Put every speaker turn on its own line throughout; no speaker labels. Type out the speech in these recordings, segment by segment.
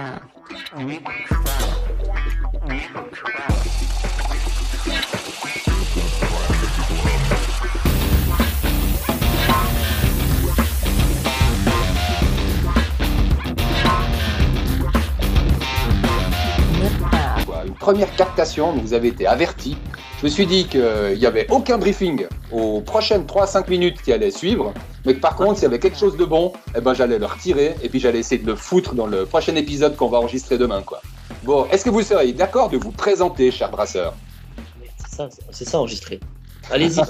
Weepcraft.
Quoi, Une première captation, donc vous avez été averti. Je me suis dit qu'il n'y avait aucun briefing aux prochaines 3-5 minutes qui allaient suivre, mais que par contre, s'il y avait quelque chose de bon, eh ben, j'allais le retirer et puis j'allais essayer de le foutre dans le prochain épisode qu'on va enregistrer demain. Quoi. Bon, est-ce que vous seriez d'accord de vous présenter, cher brasseur
C'est ça, c'est ça enregistré. Allez-y,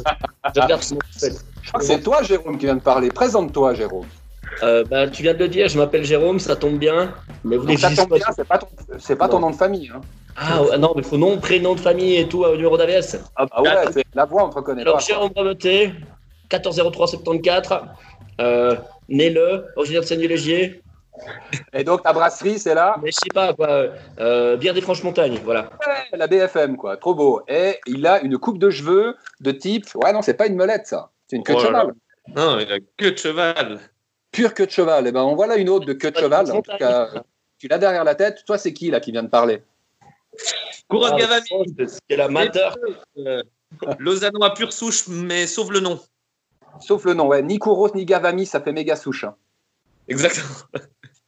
je regarde ce que vous faites.
Je crois que c'est toi, Jérôme, qui vient de parler. Présente-toi, Jérôme.
Euh, bah, tu viens de le dire, je m'appelle Jérôme, ça tombe bien. Mais vous
Donc, ça tombe
n'existez pas.
bien, c'est pas ton, c'est pas ton nom de famille. Hein.
Ah ouais, non, mais faut nom, prénom de famille et tout euh, au numéro d'AVS.
Ah bah ouais, c'est- la voix, on te reconnaît
Alors,
pas.
Jérôme Breveté, 140374, euh, né le, originaire de Seigneur-Légier,
Et donc, ta brasserie, c'est là
mais je sais pas, quoi, euh, euh, bière des Franches-Montagnes, voilà.
Ouais, la BFM, quoi. Trop beau. Et il a une coupe de cheveux de type. Ouais, non, c'est pas une molette, ça. C'est une queue de
Oh là
cheval.
Non, il a queue de cheval.
Pure queue de cheval. Et ben, on voit là une autre de queue de
Pas de
cheval.
queue de
En tout cas,
cheval.
tu l'as derrière la tête. Toi, c'est qui, là, qui vient de parler
Couronne
Ah,
Gavami,
C'est l'amateur.
euh, Lausannois pure souche, mais sauve le nom.
Sauf le nom, ouais. Ni Kouros, ni Gavami, ça fait méga souche. hein.
Exactement.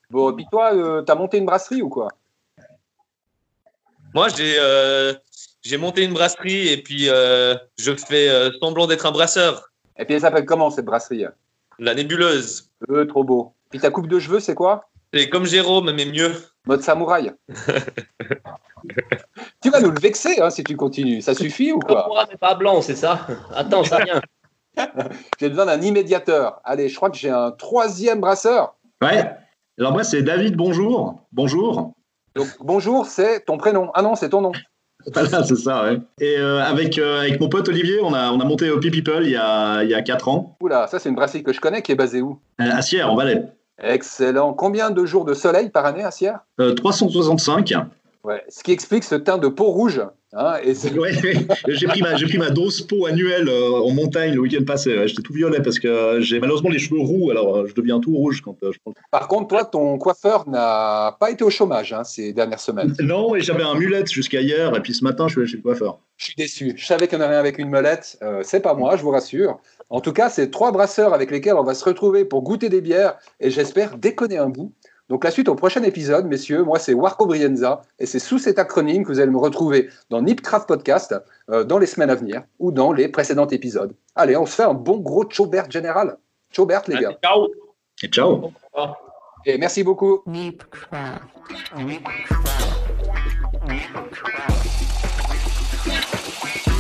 Bon, et puis toi, euh, t'as monté une brasserie ou quoi
Moi, j'ai euh, j'ai monté une brasserie et puis euh, je fais euh, semblant d'être un brasseur.
Et puis elle s'appelle comment, cette brasserie
La nébuleuse.
Euh, trop beau. Puis ta coupe de cheveux, c'est quoi
C'est comme Jérôme, mais mieux.
Mode samouraï. tu vas nous le vexer, hein, si tu continues. Ça suffit ou
Comme
quoi
moi, mais pas blanc, c'est ça Attends, ça vient.
J'ai besoin d'un immédiateur. Allez, je crois que j'ai un troisième brasseur.
Ouais. Alors moi, c'est David, bonjour. Bonjour.
Donc bonjour, c'est ton prénom. Ah non, c'est ton nom.
Voilà, c'est ça, ouais. Et euh, avec, euh, avec mon pote Olivier, on a, on a monté Hopi People il y a, il y a 4 ans,
Oula, ça c'est une brasserie que je connais qui est basée où
euh, à Sierre, en Valais.
Excellent. Combien de jours de soleil par année à Sierre
Euh, 365.
Ouais. Ce qui explique ce teint de peau rouge. hein, et ce-
Ouais, j'ai pris ma j'ai pris ma dose peau annuelle euh, en montagne le week-end passé. Ouais, J'étais tout violet parce que euh, j'ai malheureusement les cheveux roux, alors euh, je deviens tout rouge quand euh, je prends.
Par contre, toi, ton coiffeur n'a pas été au chômage hein, ces dernières semaines.
Non, et j'avais un mulette jusqu'à hier, et puis ce matin, je suis allé chez le coiffeur.
Je suis déçu. Je savais qu'il y en avait un avec une molette. Euh, c'est pas moi, je vous rassure. En tout cas, c'est trois brasseurs avec lesquels on va se retrouver pour goûter des bières et j'espère déconner un bout. Donc la suite au prochain épisode, messieurs, moi c'est Warco Brienza et c'est sous cet acronyme que vous allez me retrouver dans Nipcraft Podcast euh, dans les semaines à venir ou dans les précédents épisodes. Allez, on se fait un bon gros Chaubert général. Chaubert les gars.
Ciao.
Et ciao!
Et merci beaucoup.
Weepcraft. Weepcraft. Weepcraft.